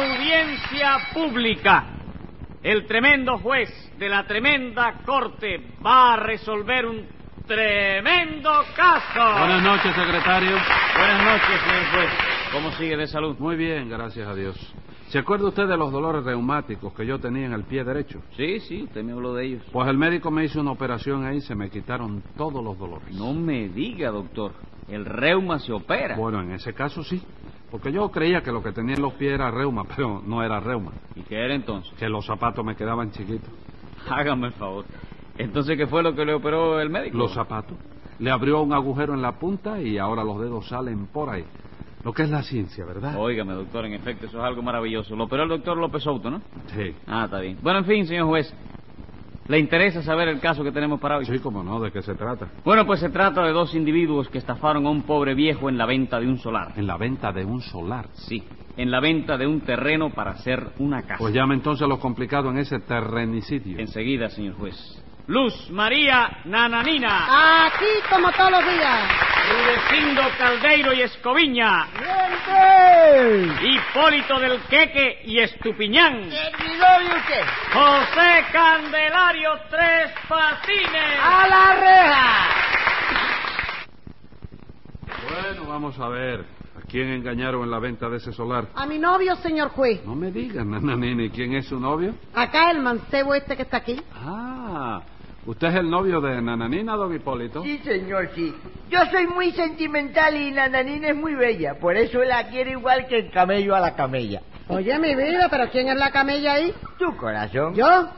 audiencia pública. El tremendo juez de la tremenda corte va a resolver un tremendo caso. Buenas noches, secretario. Buenas noches, señor juez. ¿Cómo sigue de salud? Muy bien, gracias a Dios. ¿Se acuerda usted de los dolores reumáticos que yo tenía en el pie derecho? Sí, sí, usted me habló de ellos. Pues el médico me hizo una operación ahí y se me quitaron todos los dolores. No me diga, doctor. El reuma se opera. Bueno, en ese caso sí. Porque yo creía que lo que tenía en los pies era reuma, pero no era reuma. ¿Y qué era entonces? Que los zapatos me quedaban chiquitos. Hágame el favor. Entonces, ¿qué fue lo que le operó el médico? Los zapatos. Le abrió un agujero en la punta y ahora los dedos salen por ahí. Lo que es la ciencia, ¿verdad? Óigame, doctor, en efecto, eso es algo maravilloso. Lo operó el doctor López Souto, ¿no? Sí. Ah, está bien. Bueno, en fin, señor juez. ¿Le interesa saber el caso que tenemos para hoy? Sí, como no, ¿de qué se trata? Bueno, pues se trata de dos individuos que estafaron a un pobre viejo en la venta de un solar. En la venta de un solar. Sí, en la venta de un terreno para hacer una casa. Pues llame entonces a lo complicado en ese terrenicidio. Enseguida, señor juez. Luz María Nananina, Ah. Aquí como todos los días. Rudecindo Caldeiro y Escoviña, ¡Gente! Hipólito del Queque y Estupiñán, ¿Servidor y usted? José Candelario Tres Patines. Ah. ¡A la reja! Bueno, vamos a ver. ¿A quién engañaron en la venta de ese solar? A mi novio, señor juez. No me digan, nananini, ¿quién es su novio? Acá el mancebo este que está aquí. Ah, usted es el novio de Nananina, don Hipólito. Sí, señor, sí. Yo soy muy sentimental y Nananina es muy bella. Por eso la quiero igual que el camello a la camella. Oye, mi vida, pero ¿quién es la camella ahí? ¿Tu corazón? ¿Yo?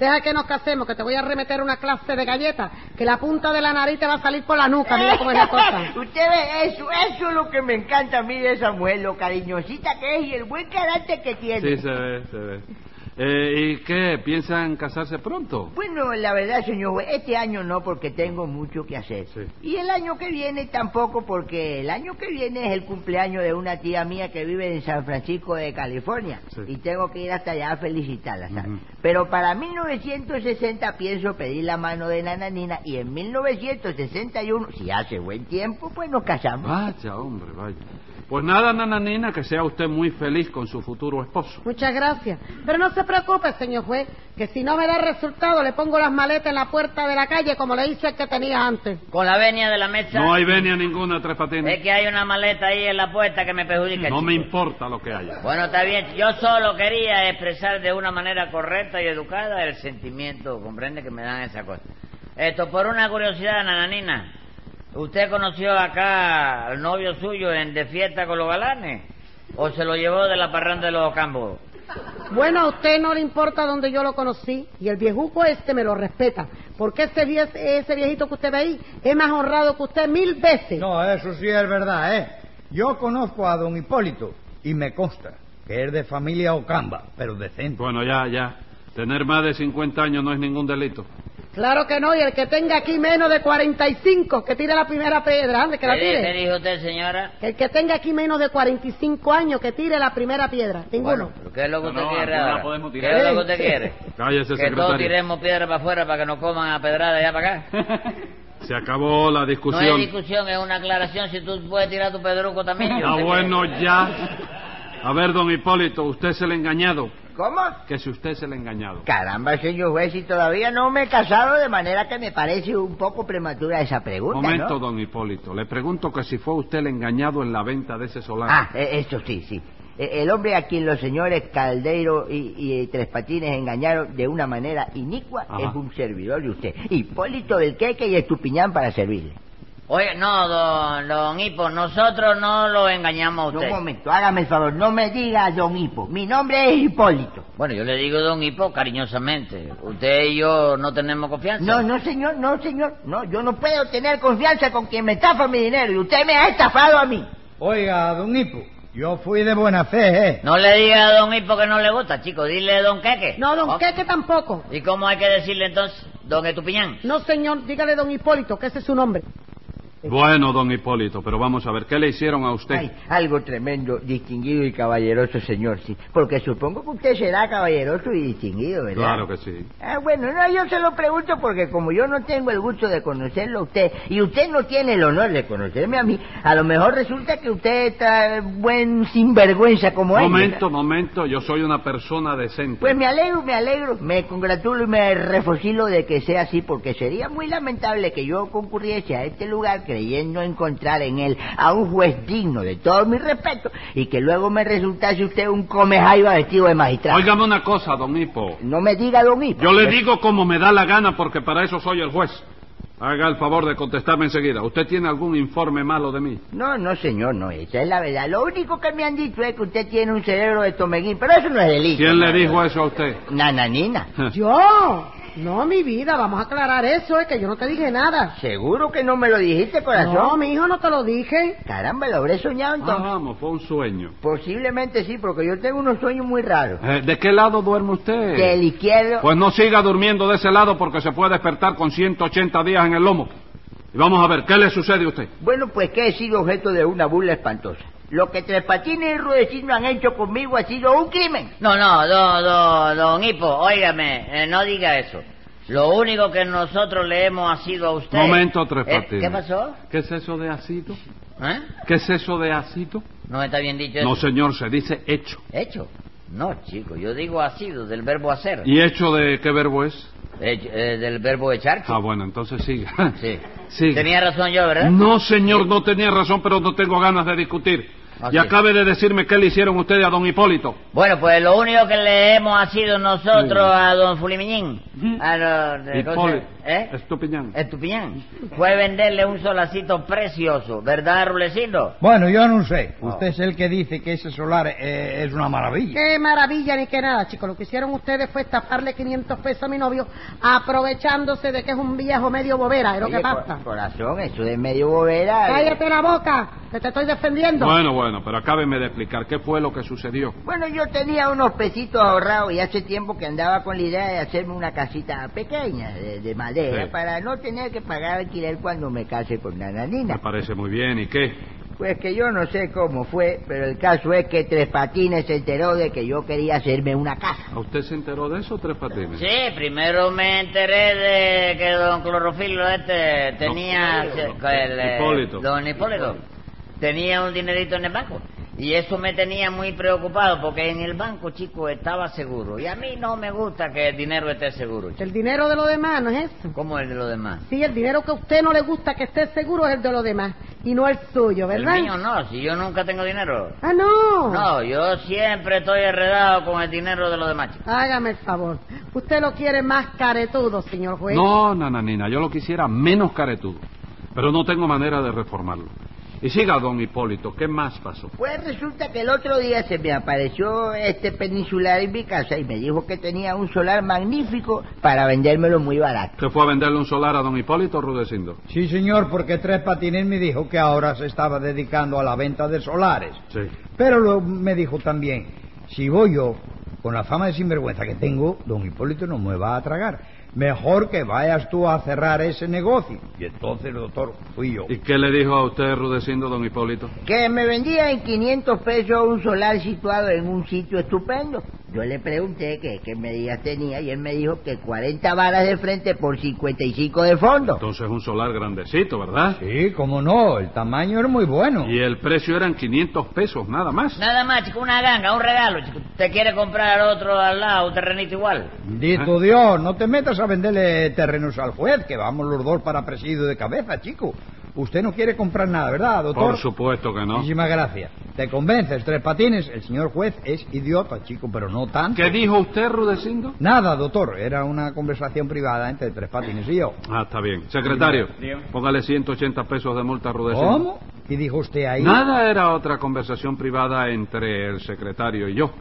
Deja que nos casemos, que te voy a remeter una clase de galleta, que la punta de la nariz te va a salir por la nuca, mira cómo es la cosa. Usted ve, eso, eso es lo que me encanta a mí de Samuel, lo cariñosita que es y el buen carácter que tiene. Sí, se ve, se ve. Eh, ¿Y qué? ¿Piensan casarse pronto? Bueno, la verdad, señor, juez, este año no porque tengo mucho que hacer. Sí. Y el año que viene tampoco porque el año que viene es el cumpleaños de una tía mía que vive en San Francisco de California. Sí. Y tengo que ir hasta allá a felicitarla, ¿sabes? Ujú. Pero para 1960 pienso pedir la mano de Nananina y en 1961, si hace buen tiempo, pues nos casamos. Ah. Vaya, hombre, vaya. Pues nada, nananina, que sea usted muy feliz con su futuro esposo. Muchas gracias. Pero no se preocupe, señor juez, que si no me da resultado, le pongo las maletas en la puerta de la calle, como le hice el que tenía antes. Con la venia de la mesa. No hay venia ninguna, Tres Es Patines. que hay una maleta ahí en la puerta que me perjudica. No chico. me importa lo que haya. Bueno, está bien. Yo solo quería expresar de una manera correcta y educada el sentimiento, comprende, que me dan esa cosa. Esto, por una curiosidad, Nananina. ¿Usted conoció acá al novio suyo en De Fiesta con los Galanes? ¿O se lo llevó de la parranda de los Campos? Bueno, a usted no le importa dónde yo lo conocí, y el viejuco este me lo respeta, porque ese, vie- ese viejito que usted ve ahí es más honrado que usted mil veces. No, eso sí es verdad, ¿eh? Yo conozco a don Hipólito y me consta que es de familia Ocamba, pero decente. Bueno, ya, ya. Tener más de 50 años no es ningún delito. Claro que no, y el que tenga aquí menos de 45, que tire la primera piedra, ande, que la ¿Qué di- qué tire. dijo usted, señora? Que El que tenga aquí menos de 45 años, que tire la primera piedra. Ninguno. Bueno, pero ¿qué es lo que No, usted no, quiere alguna ahora? podemos ¿Qué tirar. es lo que usted quiere? Cállese, que todos secretario. tiremos piedra para afuera para que nos coman a pedrada allá para acá. Se acabó la No es discusión. discusión, es una aclaración. Si tú puedes tirar tu pedruco también. yo Ah, sé que- bueno, ya. A ver, don Hipólito, usted es el engañado. ¿Cómo? Que si usted es el engañado. Caramba, señor juez, y todavía no me he casado, de manera que me parece un poco prematura esa pregunta, Momento, ¿no? don Hipólito. Le pregunto que si fue usted el engañado en la venta de ese solar. Ah, e- eso sí, sí. E- El hombre a quien los señores Caldeiro y, y eh, Tres Patines engañaron de una manera inicua Ajá. es un servidor de usted. Hipólito del Queque y Estupiñán para servirle. Oye, no, don, don Hipo, nosotros no lo engañamos a No, usted. un momento, hágame el favor, no me diga don Hipo. Mi nombre es Hipólito. bueno, yo le digo don Hipo cariñosamente. Usted y yo no tenemos confianza. No, no, señor, no, señor. No, yo no puedo tener confianza con quien me estafa mi dinero y usted me ha estafado a mí. Oiga, don Hipo, yo fui de buena fe, ¿eh? No le diga a don Hipo que no le gusta, chico. Dile don Queque. No, don Oh, Queque tampoco. ¿Y cómo hay que decirle entonces, don Estupiñán? No, señor, dígale don Hipólito, que ese es su nombre. Bueno, don Hipólito, pero vamos a ver, ¿qué le hicieron a usted? Ay, algo tremendo, distinguido y caballeroso, señor, sí. Porque supongo que usted será caballeroso y distinguido, ¿verdad? Claro que sí. Ah, bueno, no, yo se lo pregunto porque como yo no tengo el gusto de conocerlo a usted y usted no tiene el honor de conocerme a mí, a lo mejor resulta que usted está buen sinvergüenza como él. ¿verdad? Momento, momento, yo soy una persona decente. Pues me alegro, me alegro, me congratulo y me refocilo de que sea así, porque sería muy lamentable que yo concurriese a este lugar creyendo encontrar en él a un juez digno de todo mi respeto y que luego me resultase usted un comejaiba vestido de magistrado. Óigame una cosa, don Hipo. No me diga lo mismo. Yo le digo como me da la gana porque para eso soy el juez. Haga el favor de contestarme enseguida. ¿Usted tiene algún informe malo de mí? No, no, señor, no, esa es la verdad. Lo único que me han dicho es que usted tiene un cerebro de tomeguín, pero eso no es delito. ¿Quién le dijo eso a usted? Nananina. Ah. ¿Yo? No, mi vida, vamos a aclarar eso, es que yo no te dije nada. Seguro que no me lo dijiste, corazón. No, mi hijo, no te lo dije. Caramba, lo habré soñado Ah, entonces. vamos, fue un sueño. Posiblemente sí, porque yo tengo unos sueños muy raros. Eh, ¿De qué lado duerme usted? Del izquierdo. Pues no siga durmiendo de ese lado porque se puede despertar con 180 días en el lomo. Y vamos a ver, ¿qué le sucede a usted? Bueno, pues que he sido objeto de una burla espantosa. Lo que Tres Patines y Rudecindo han hecho conmigo ha sido un crimen. No, no, don, don, don Hipo, óigame, eh, no diga eso. Lo único que nosotros le hemos ha sido a usted... Momento, Tres Eh, Patines. ¿Qué pasó? ¿Qué es eso de acito? ¿Eh? ¿Qué es eso de acito? ¿No está bien dicho eso? No, señor, se dice hecho. ¿Hecho? No, chico, yo digo ha sido, del verbo hacer. ¿Y hecho de qué verbo es? Hecho, eh, del verbo echar. Ah, bueno, entonces siga. Sí. Siga. Tenía razón yo, ¿verdad? No, señor, no tenía razón, pero no tengo ganas de discutir. Así Y es. acabe de decirme qué le hicieron ustedes a don Hipólito. Bueno, pues lo único que le hemos ha sido nosotros a don Fulimiñín, Ujú. a lo- de- ¿cómo se- Hipólito. ¿eh? Estupiñán. Estupiñán, fue venderle un solacito precioso, ¿verdad, Rulecindo? Bueno, yo no sé. Usted es el que dice que ese solar eh, es una maravilla. Qué maravilla ni qué nada, chicos. Lo que hicieron ustedes fue estafarle 500 pesos a mi novio, aprovechándose de que es un viejo medio bobera, es lo que Oye, co- pasa. corazón, eso de medio bobera. eh. Cállate la boca, que te estoy defendiendo. Bueno, bueno, pero acábeme de explicar qué fue lo que sucedió. Bueno, yo tenía unos pesitos ahorrados y hace tiempo que andaba con la idea de hacerme una casita pequeña de, de madera Sí. para no tener que pagar alquiler cuando me case con Me Nananina. parece muy bien, ¿y qué? Pues que yo no sé cómo fue, pero el caso es que Tres Patines se enteró de que yo quería hacerme una casa. ¿A usted se enteró de eso, Tres Patines? Sí, primero me enteré de que don Clorofilo este tenía... No, se- no, que el, eh, Hipólito. Don Hipólito. Tenía un dinerito en el banco. Y eso me tenía muy preocupado porque en el banco, chico, estaba seguro. Y a mí no me gusta que el dinero esté seguro. chico. El dinero de los demás, ¿no es eso? ¿Cómo es de lo demás? Sí, el dinero que a usted no le gusta que esté seguro es el de los demás y no el suyo, ¿verdad? El mío no, si yo nunca tengo dinero. Ah, no. No, yo siempre estoy enredado con el dinero de los demás. chico. Hágame el favor. Usted lo quiere más caretudo, señor juez. No, nananina, yo lo quisiera menos caretudo, pero no tengo manera de reformarlo. Y siga, don Hipólito, ¿qué más pasó? Pues resulta que el otro día se me apareció este peninsular en mi casa y me dijo que tenía un solar magnífico para vendérmelo muy barato. ¿Se fue a venderle un solar a don Hipólito, Rudecindo? Sí, señor, porque Tres Patines me dijo que ahora se estaba dedicando a la venta de solares. Sí. Pero lo- me dijo también, si voy yo, con la fama de sinvergüenza que tengo, don Hipólito no me va a tragar. Mejor que vayas tú a cerrar ese negocio. Y entonces, doctor, fui yo. ¿Y qué le dijo a usted, Rudecindo, don Hipólito? Que me vendía en 500 pesos un solar situado en un sitio estupendo. Yo le pregunté que- qué medidas tenía y él me dijo que 40 varas de frente por 55 de fondo. Entonces un solar grandecito, ¿verdad? Sí, cómo no, el tamaño era muy bueno. Y el precio eran 500 pesos, nada más. Nada más, chico, una ganga, un regalo, chico. ¿Te quiere comprar otro al lado, un terrenito igual? Ah. Bendito Dios, no te metas a venderle terrenos al juez, que vamos los dos para presidio de cabeza, chico. Usted no quiere comprar nada, ¿verdad, doctor? Por supuesto que no. Muchísimas gracias. Te convences, Tres Patines, el señor juez es idiota, chico, pero no tanto. ¿Qué dijo usted, Rudecindo? Nada, doctor, era una conversación privada entre Tres Patines y yo. Ah, está bien. Secretario, Dígame. póngale 180 pesos de multa a Rudecindo. ¿Cómo? ¿Y dijo usted ahí? Pues Nada era otra conversación privada entre el secretario y yo.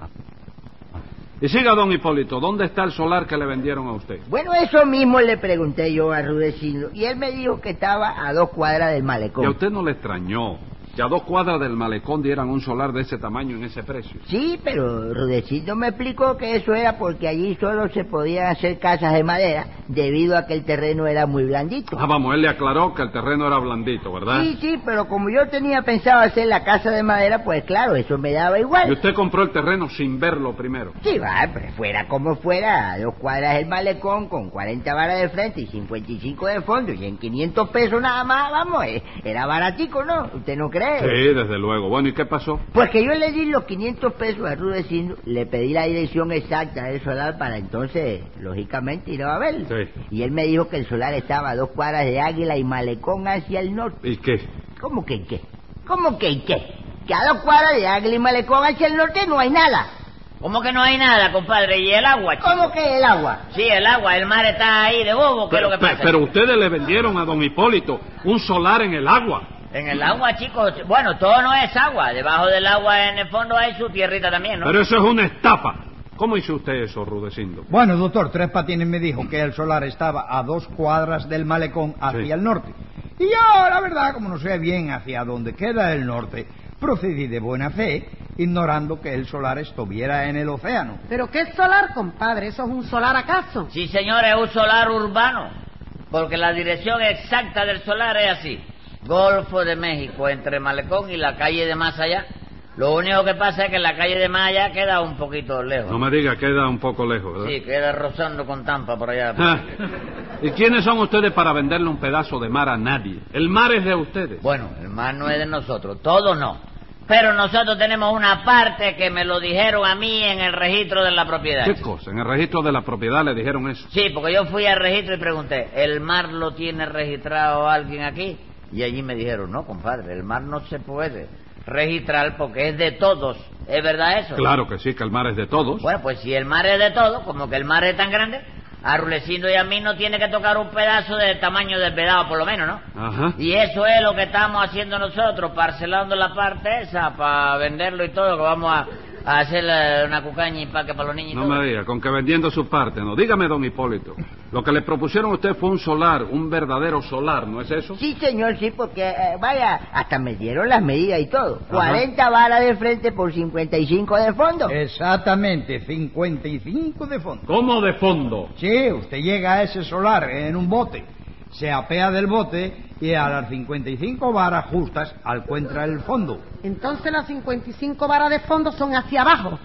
Y siga, don Hipólito, ¿dónde está el solar que le vendieron a usted? Bueno, eso mismo le pregunté yo a Rudecindo y él me dijo que estaba a dos cuadras del Y a malecón. usted no le extrañó que a dos cuadras del malecón dieran un solar de ese tamaño en ese precio. Sí, pero Rudecindo me explicó que eso era porque allí solo se podían hacer casas de madera debido a que el terreno era muy blandito. Ah, vamos, él le aclaró que el terreno era blandito, ¿verdad? Sí, sí, pero como yo tenía pensado hacer la casa de madera, pues claro, eso me daba igual. Y usted compró el terreno sin verlo primero. Sí, va, pero fuera como fuera, a dos cuadras el malecón con 40 varas de frente y 55 de fondo y en 500 pesos nada más, vamos, eh, era baratico, ¿no? ¿Usted no cree? Sí, desde luego. Bueno, ¿y qué pasó? Pues que yo le di los 500 pesos a Rudecindo, le pedí la dirección exacta del solar para entonces, lógicamente, ir a verlo. Sí. Y él me dijo que el solar estaba a dos cuadras de Águila y Malecón hacia el norte. ¿Y qué? ¿Cómo que qué? ¿Cómo que qué? Que a dos cuadras de Águila y Malecón hacia el norte no hay nada. ¿Cómo que no hay nada, compadre? ¿Y el agua, chico? ¿Cómo que el agua? Sí, el agua, el mar está ahí de bobo, ¿qué es lo que pe- pasa? pero ustedes le vendieron a don Hipólito un solar en el agua. En el agua, chicos, bueno, todo no es agua. Debajo del agua, en el fondo, hay su tierrita también, ¿no? Pero eso es una estafa. ¿Cómo hizo usted eso, Rudecindo? Bueno, doctor, Tres Patines me dijo que el solar estaba a dos cuadras del malecón hacia Sí. el norte. Y yo, la verdad, como no sé bien hacia dónde queda el norte, procedí de buena fe, ignorando que el solar estuviera en el océano. ¿Pero qué es solar, compadre? ¿Eso es un solar acaso? Sí, señor, es un solar urbano, porque la dirección exacta del solar es así. Golfo de México, entre Malecón y la calle de más allá. Lo único que pasa es que la calle de más allá queda un poquito lejos. No me diga, queda un poco lejos, ¿verdad? Sí, queda rozando con Tampa por allá. Ah, ¿Y quiénes son ustedes para venderle un pedazo de mar a nadie? El mar es de ustedes. Bueno, el mar no es de nosotros, todo no. Pero nosotros tenemos una parte que me lo dijeron a mí en el registro de la propiedad. ¿Qué cosa? En el registro de la propiedad le dijeron eso. Sí, porque yo fui al registro y pregunté, ¿el mar lo tiene registrado alguien aquí? Y allí me dijeron, no, compadre, el mar no se puede registrar porque es de todos. ¿Es verdad eso? Claro que sí, que el mar es de todos. Bueno, pues si el mar es de todos, como que el mar es tan grande, a Rulecindo y a mí no tiene que tocar un pedazo del tamaño del vedado, por lo menos, ¿no? Ajá. Y eso es lo que estamos haciendo nosotros, parcelando la parte esa para venderlo y todo, que vamos a, a hacer eh, una cucaña y paque para los niños. y No todo. me diga, con que vendiendo su parte, no. Dígame, don Hipólito, lo que le propusieron a usted fue un solar, un verdadero solar, ¿no es eso? Sí, señor, sí, porque eh, vaya, hasta me dieron las medidas y todo. 40 varas de frente por 55 de fondo. Eh. Exactamente, 55 de fondo. ¿Cómo de fondo? Sí, usted llega a ese solar en un bote, se apea del bote y a las 55 varas justas alcuentra el fondo. Entonces las 55 varas de fondo son hacia abajo.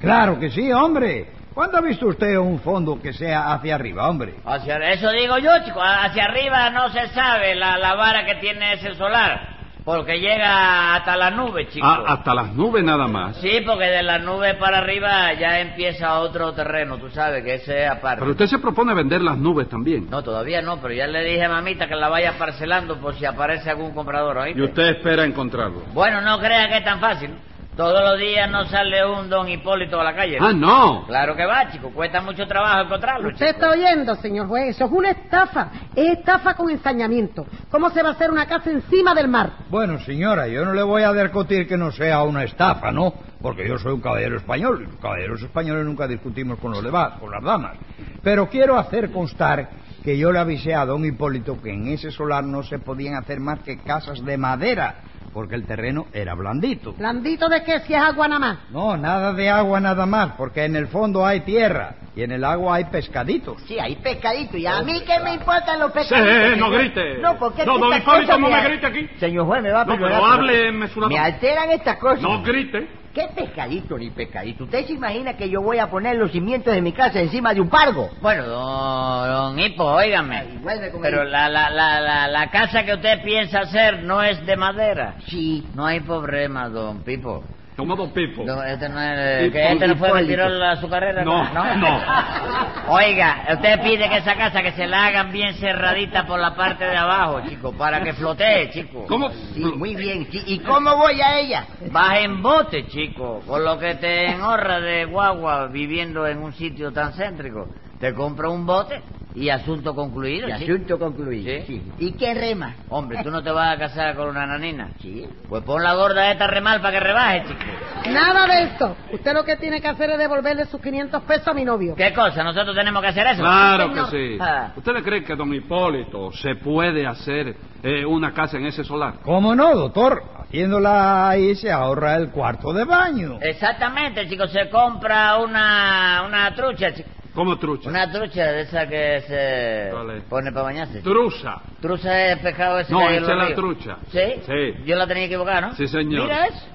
Claro que sí, hombre. ¿Cuándo ha visto usted un fondo que sea hacia arriba, hombre? Hacia- eso digo yo, chico. a- Hacia arriba no se sabe la, la vara que tiene ese solar. Porque llega hasta la nube, chico. Ah, hasta las nubes nada más. Sí, porque de la nube para arriba ya empieza otro terreno, tú sabes, que ese es aparte. Pero usted se propone vender las nubes también. No, todavía no, pero ya le dije a mamita que la vaya parcelando por si aparece algún comprador, ¿oíste? Y usted espera encontrarlo. Bueno, eh. no crea que es tan fácil. Todos los días no sale un don Hipólito a la calle. Ah, no. Claro que va, chico. Cuesta mucho trabajo encontrarlo. Usted chico. está oyendo, señor juez, eso es una estafa. Es estafa con ensañamiento. ¿Cómo se va a hacer una casa encima del mar? Bueno, señora, yo no le voy a discutir que no sea una estafa, ¿no? Porque yo soy un caballero español y los caballeros españoles nunca discutimos con los demás, con las damas. Pero quiero hacer constar que yo le avisé a don Hipólito que en ese solar no se podían hacer más que casas de madera, porque el terreno era blandito. Blandito de qué si es agua nada más. No, nada de agua nada más, porque en el fondo hay tierra y en el agua hay pescaditos. Sí, hay pescaditos. Y a mí qué me importan los Sí, pescaditos. eh, eh, no señor? grite. No, porque No, don estas Hipólito, cosas no me me a- grite aquí. Señor juez, me va a No, perdonar. pero hable eh, mesurado. Me alteran estas eh. cosas. No grite. ¿Qué pescadito ni pescadito? ¿Usted se imagina que yo voy a poner los cimientos de mi casa encima de un pargo? Bueno, don, don Hipo, óigame. Ay, vuelve con Pero el- la, la, la, la, la casa que usted piensa hacer no es de madera. Sí. No hay problema, don Pipo. Toma dos pipos. No, este no es... Hipo- ¿Que este no fue el que Hipólito. tiró la, su carrera? No, no. Oiga, usted pide que esa casa que se la hagan bien cerradita por la parte de abajo, chico, para que flotee, chico. ¿Cómo? Sí, muy bien. Sí. ¿Y cómo voy a ella? Vas en bote, chico, con lo que te enhorra de guagua viviendo en un sitio tan céntrico. Te compro un bote y asunto concluido. Y chico. asunto concluido. Sí. Sí. ¿Y qué rema? Hombre, tú no te vas a casar con una nanina. Sí. Pues pon la gorda esta remal para que rebaje, chico. Nada de eso. Usted lo que tiene que hacer es devolverle sus 500 pesos a mi novio. ¿Qué cosa? ¿Nosotros tenemos que hacer eso? Claro señor. que sí. Ah. ¿Ustedes creen que don Hipólito se puede hacer eh, una casa en ese solar? ¿Cómo no, doctor? Haciéndola ahí se ahorra el cuarto de baño. Exactamente, chico. Se compra una, una trucha, chico. ¿Cómo trucha? Una trucha de esa que se ¿Cuál es? pone para bañarse. Truza. trucha es pescado ese No, que hay en esa es los la ríos. trucha. ¿Sí? Sí. Yo la tenía equivocada, ¿no? Sí, señor. Mira eso.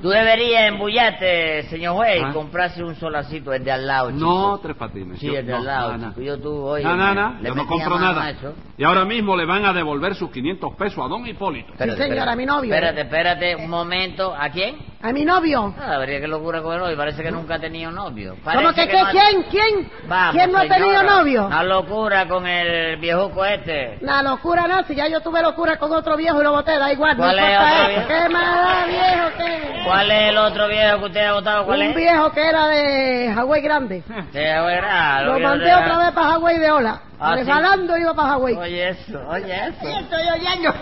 Tú deberías embullarte, señor juez, Ah. y comprarse un solacito, el de al lado, chico. No, tres patines. Sí, Yo- el de no, al lado, no, no. chico. Yo tú, oye, No, no, me- no, le yo no metía compro mano a nada. eso. Y ahora mismo le van a devolver sus 500 pesos a don Hipólito. Espérate, señor, espérate. a mi novio. Espérate, espérate, Eh. un momento. ¿A quién? ¿A mi novio? Ah, habría que locura con el novio. Parece que nunca ha tenido novio. ¿Cómo Parece que, qué? no ha- ¿Quién? ¿Quién? Vamos, ¿Quién no ha tenido señora, novio? Una locura con el este. viejo cohete. La locura no, si ya yo tuve locura con otro viejo y lo boté, da igual, no ¿Cuál es importa otro eso. viejo? ¿Qué más da, viejo? ¿Qué? ¿Cuál es el otro viejo que usted ha votado? ¿Cuál Un es? viejo que era de Hawái Grande. Sí, verá, Lo que- mandé otra vez para Hawái de ola. Ah, ¿sí? Regalando iba para Hawái. Oye eso, oye eso. Estoy oyendo.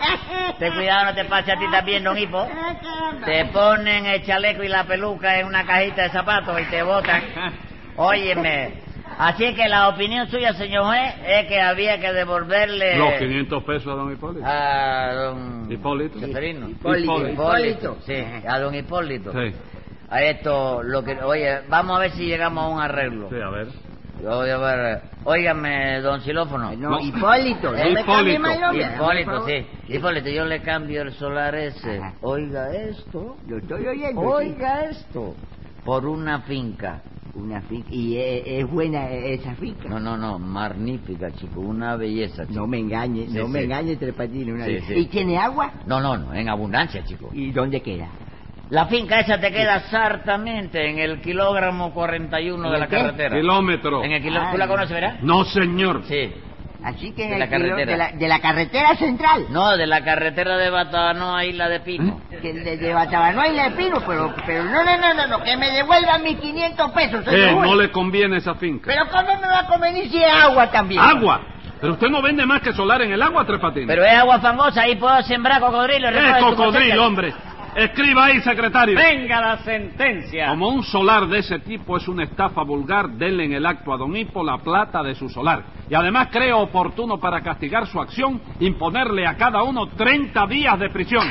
Ten cuidado, no te pase a ti también, don Hipo. Ah, caramba. Te ponen el chaleco y la peluca en una cajita de zapatos y te botan. Óyeme. Así que la opinión suya, señor juez, es que había que devolverle... Los 500 pesos a don Hipólito. A don... Hipólito. Seferino. Hipólito. Hipólito. Sí, a don Hipólito. Sí, A esto, lo que... Oye, vamos a ver si llegamos a un arreglo. sí, a ver. Yo voy a ver... Óigame, don Xilófono. No, No. Hipólito. no me cambie Hipólito. más el nombre, por Hipólito, favor. sí. Hipólito, yo le cambio el solar ese. Ajá. Oiga esto. Lo estoy oyendo. Oiga esto. Por una finca. sí. Una finca. Y es, es buena esa finca. No, no, no. Magnífica, chico. Una belleza, chico. No me engañes, Sí, no me sí. engañes, Tres Patines. una Sí, vez. sí. ¿Y tiene agua? No, no, no. En abundancia, chico. ¿Y dónde queda? La finca esa te queda exactamente en el kilogramo 41 de la ¿En qué? carretera. Kilómetro. En el kilómetro. ¿Tú la conoces, verdad? No, señor. Sí. Así que De en el la kilo- carretera. De, la, de la carretera central. No, de la carretera de Batanoa a Isla de ¿Mm? Pino. Que de, de Batabanoa y la Espino, pero, pero no, no, no, no, no, que me devuelvan mis 500 pesos. Eh, señor juez. no le conviene esa finca. Pero ¿cómo me va a convenir si es agua también? Agua. Pero usted no vende más que solar en el agua, Tres Patines. Pero es agua fangosa, ahí puedo sembrar cocodrilo. es recoge tu cosecha. cocodrilo, hombre. Escriba ahí, secretario. Venga la sentencia. Como un solar de ese tipo es una estafa vulgar, denle en el acto a don Hipo la plata de su solar. Y además creo oportuno para castigar su acción imponerle a cada uno 30 días de prisión.